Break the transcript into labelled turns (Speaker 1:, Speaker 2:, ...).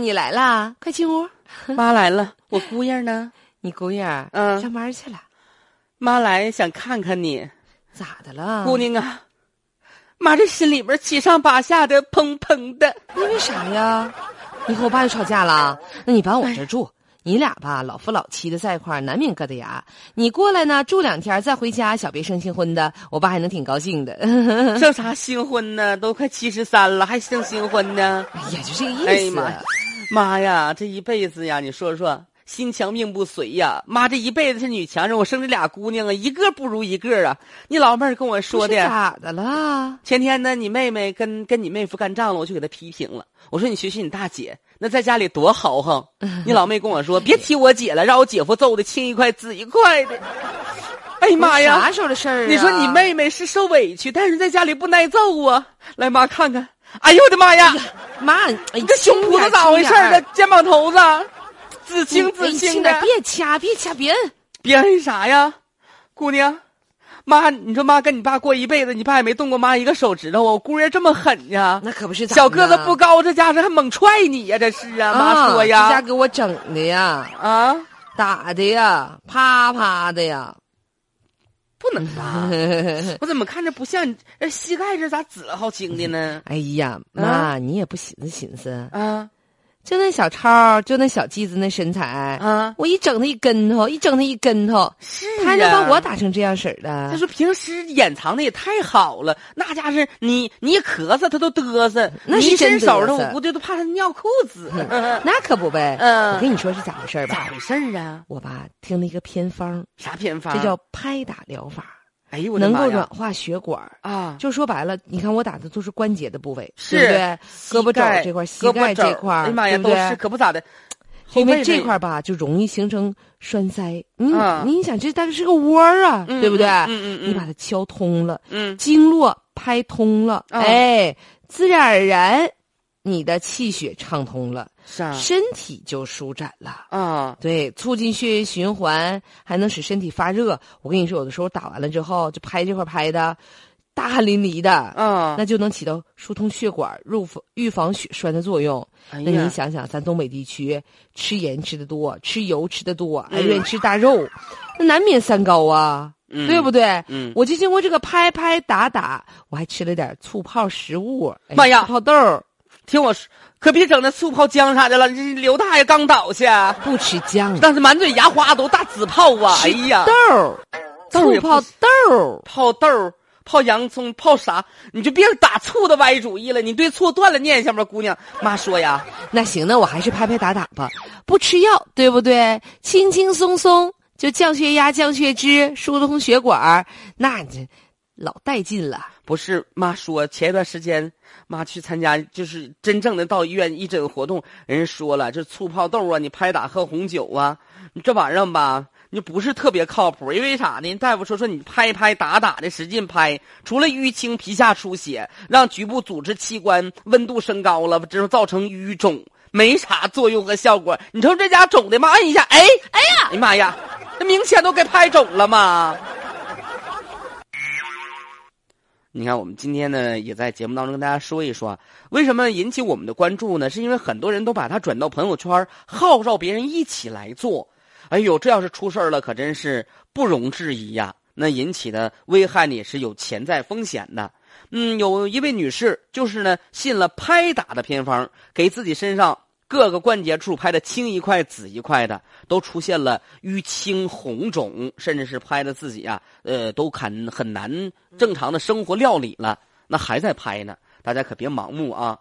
Speaker 1: 你来啦，快进屋。
Speaker 2: 妈来了，我姑爷呢？
Speaker 1: 你姑爷儿
Speaker 2: 嗯
Speaker 1: 上班去了，
Speaker 2: 妈来想看看你，
Speaker 1: 咋的了？
Speaker 2: 姑，娘啊，妈这心里边七上八下的，砰砰的。
Speaker 1: 因为啥呀？你和我爸又吵架了？那你搬我这儿
Speaker 2: 哎
Speaker 1: 住，你俩吧，老夫老妻的在一块儿，难免硌得牙。你过来呢，住两天再回家，小别胜新婚的，我爸还能挺高兴的。
Speaker 2: 剩啥新婚呢？都快七十三了，还剩新婚呢？
Speaker 1: 哎呀，就这个意思。
Speaker 2: 哎呀妈呀，妈呀，这一辈子呀，你说说，心强命不随呀。妈这一辈子是女强人，我生这俩姑娘啊，一个不如一个啊。你老妹儿跟我
Speaker 1: 不
Speaker 2: 说
Speaker 1: 是
Speaker 2: 的，
Speaker 1: 咋的了？
Speaker 2: 前天呢，你妹妹跟跟你妹夫干仗了，我就给她批评了。我说你学学你大姐，那在家里多 豪横。你老妹跟我说，别提我姐了，让我姐夫揍的青一块紫一块的。哎呀妈呀
Speaker 1: 啥！时候的事儿、啊？
Speaker 2: 你说你妹妹是受委屈，但是在家里不耐揍啊。来，妈看看。哎呦我的妈呀！
Speaker 1: 妈，哎
Speaker 2: 你这胸脯子咋回事
Speaker 1: 轻
Speaker 2: 儿？
Speaker 1: 点
Speaker 2: 呢
Speaker 1: 儿？
Speaker 2: 肩膀头子紫青
Speaker 1: 你
Speaker 2: 紫
Speaker 1: 你
Speaker 2: 青
Speaker 1: 轻
Speaker 2: 的
Speaker 1: 点，别掐，别掐，别摁。
Speaker 2: 别摁啥呀？姑娘，妈，你说妈跟你爸过一辈子，你爸也没动过妈一个手指头啊！我姑爷这么狠呀、
Speaker 1: 那可不是咋的
Speaker 2: 小个子不高，这家伙还猛踹你呀、这是啊，妈说
Speaker 1: 这家
Speaker 2: 呀，
Speaker 1: 给我整的呀，
Speaker 2: 啊，
Speaker 1: 打的呀，啪啪的呀。
Speaker 2: 不能吧？ 我怎么看着不像你？这膝盖这咋紫了好青的呢？
Speaker 1: 哎呀，
Speaker 2: 嗯
Speaker 1: 妈，你也不寻思寻思，
Speaker 2: 啊
Speaker 1: 就那小超，就那小继子那身材，
Speaker 2: 啊，
Speaker 1: 我一整他一跟头，一整他一跟头，
Speaker 2: 是啊
Speaker 1: 他还能把
Speaker 2: 呀
Speaker 1: 我。打成这样式儿
Speaker 2: 他
Speaker 1: 的？
Speaker 2: 说平时掩藏的也太好了，那家是你你一咳嗽他都嘚瑟，
Speaker 1: 那
Speaker 2: 你
Speaker 1: 是
Speaker 2: 一伸
Speaker 1: 真
Speaker 2: 手
Speaker 1: 嘚
Speaker 2: 呢，
Speaker 1: 瑟
Speaker 2: 我估计都怕他尿裤子。
Speaker 1: 那可不呗。
Speaker 2: 嗯
Speaker 1: 我跟你说是咋回事儿吧
Speaker 2: 咋？回事嗯儿啊？
Speaker 1: 我吧听了一个偏方，
Speaker 2: 啥偏方？
Speaker 1: 这叫拍打疗法，
Speaker 2: 哎呦我的
Speaker 1: 能
Speaker 2: 妈
Speaker 1: 够
Speaker 2: 呀
Speaker 1: 软化血管儿。
Speaker 2: 啊！
Speaker 1: 就说白了，你看我打的都是关节的部位，
Speaker 2: 是
Speaker 1: 对不对？胳膊肘
Speaker 2: 膝盖
Speaker 1: 这块儿，膝
Speaker 2: 胳膊
Speaker 1: 盖
Speaker 2: 肘
Speaker 1: 这块儿，
Speaker 2: 哎呀妈呀，
Speaker 1: 对不
Speaker 2: 都是
Speaker 1: 对？
Speaker 2: 可不咋的。后
Speaker 1: 因为
Speaker 2: 背
Speaker 1: 这
Speaker 2: 呢
Speaker 1: 块儿吧，就容易形成栓塞。
Speaker 2: 啊
Speaker 1: 嗯，你想这大概是个窝儿啊，
Speaker 2: 嗯
Speaker 1: 对不对？
Speaker 2: 嗯嗯嗯
Speaker 1: 你把它敲通了，
Speaker 2: 嗯
Speaker 1: 经络拍通了，
Speaker 2: 啊
Speaker 1: 哎，自然而然，你的气血畅通了，
Speaker 2: 是啊
Speaker 1: 身体就舒展了。
Speaker 2: 啊
Speaker 1: 对，促进血液循环，还能使身体发热。我跟你说，有的时候打汗了之后，就拍这块拍的，大汗淋漓的，
Speaker 2: 啊！
Speaker 1: 那就能起到疏通血管、入防预防血栓的作用。
Speaker 2: 哎
Speaker 1: 那你
Speaker 2: 呀，
Speaker 1: 想想，咱东北地区吃盐吃的多，吃油吃的多，还
Speaker 2: 嗯
Speaker 1: 愿意吃大肉，那难免三高啊，
Speaker 2: 嗯
Speaker 1: 对不对？
Speaker 2: 嗯，
Speaker 1: 我就经过这个拍拍打打，我还吃了点醋泡食物，哎
Speaker 2: 妈呀
Speaker 1: 醋泡豆儿
Speaker 2: 听我说，可别整那醋泡姜啥的了。这刘大爷刚倒下，
Speaker 1: 不吃酱，
Speaker 2: 当时满嘴牙花都大紫泡啊！哎呀
Speaker 1: 豆，儿，
Speaker 2: 豆儿也
Speaker 1: 醋
Speaker 2: 不
Speaker 1: 泡豆儿，
Speaker 2: 泡豆儿、泡洋葱、泡啥，你就别打醋的歪主意了。你对醋断了念想吧，姑娘。妈说呀，
Speaker 1: 那行，那我还是拍拍打打吧，不吃药，对不对？轻轻松松就降血压、降血脂、疏通血管儿，那你这老带劲了。
Speaker 2: 不是妈说，前一段时间妈去参加，就是真正的到医院义诊活动，人家说了，这醋泡豆啊，你拍打喝红酒啊，你这玩意儿吧，你不是特别靠谱，因为啥呢？大夫说说你拍拍打打的使劲拍，除了淤青、皮下出血，让局部组织器官温度升高了，之后造成淤肿，没啥作用和效果。你瞅这家肿的嘛，按一下，哎哎呀，哎呀妈呀，那明显都给拍肿了嘛。你看，我们今天呢，也在节目当中跟大家说一说啊，为什么引起我们的关注呢？是因为很多人都把它转到朋友圈，号召别人一起来做。哎呦，这要是出事儿了，可真是不容置疑呀、那引起的危害呢，也是有潜在风险的。嗯，有一位女士就是呢，信了拍打的偏方，给自己身上各个关节处拍的青一块紫一块的，都出现了淤青、红肿，甚至是拍的自己啊，呃，都很很难正常的生活料理了。那还在拍呢，大家可别盲目啊！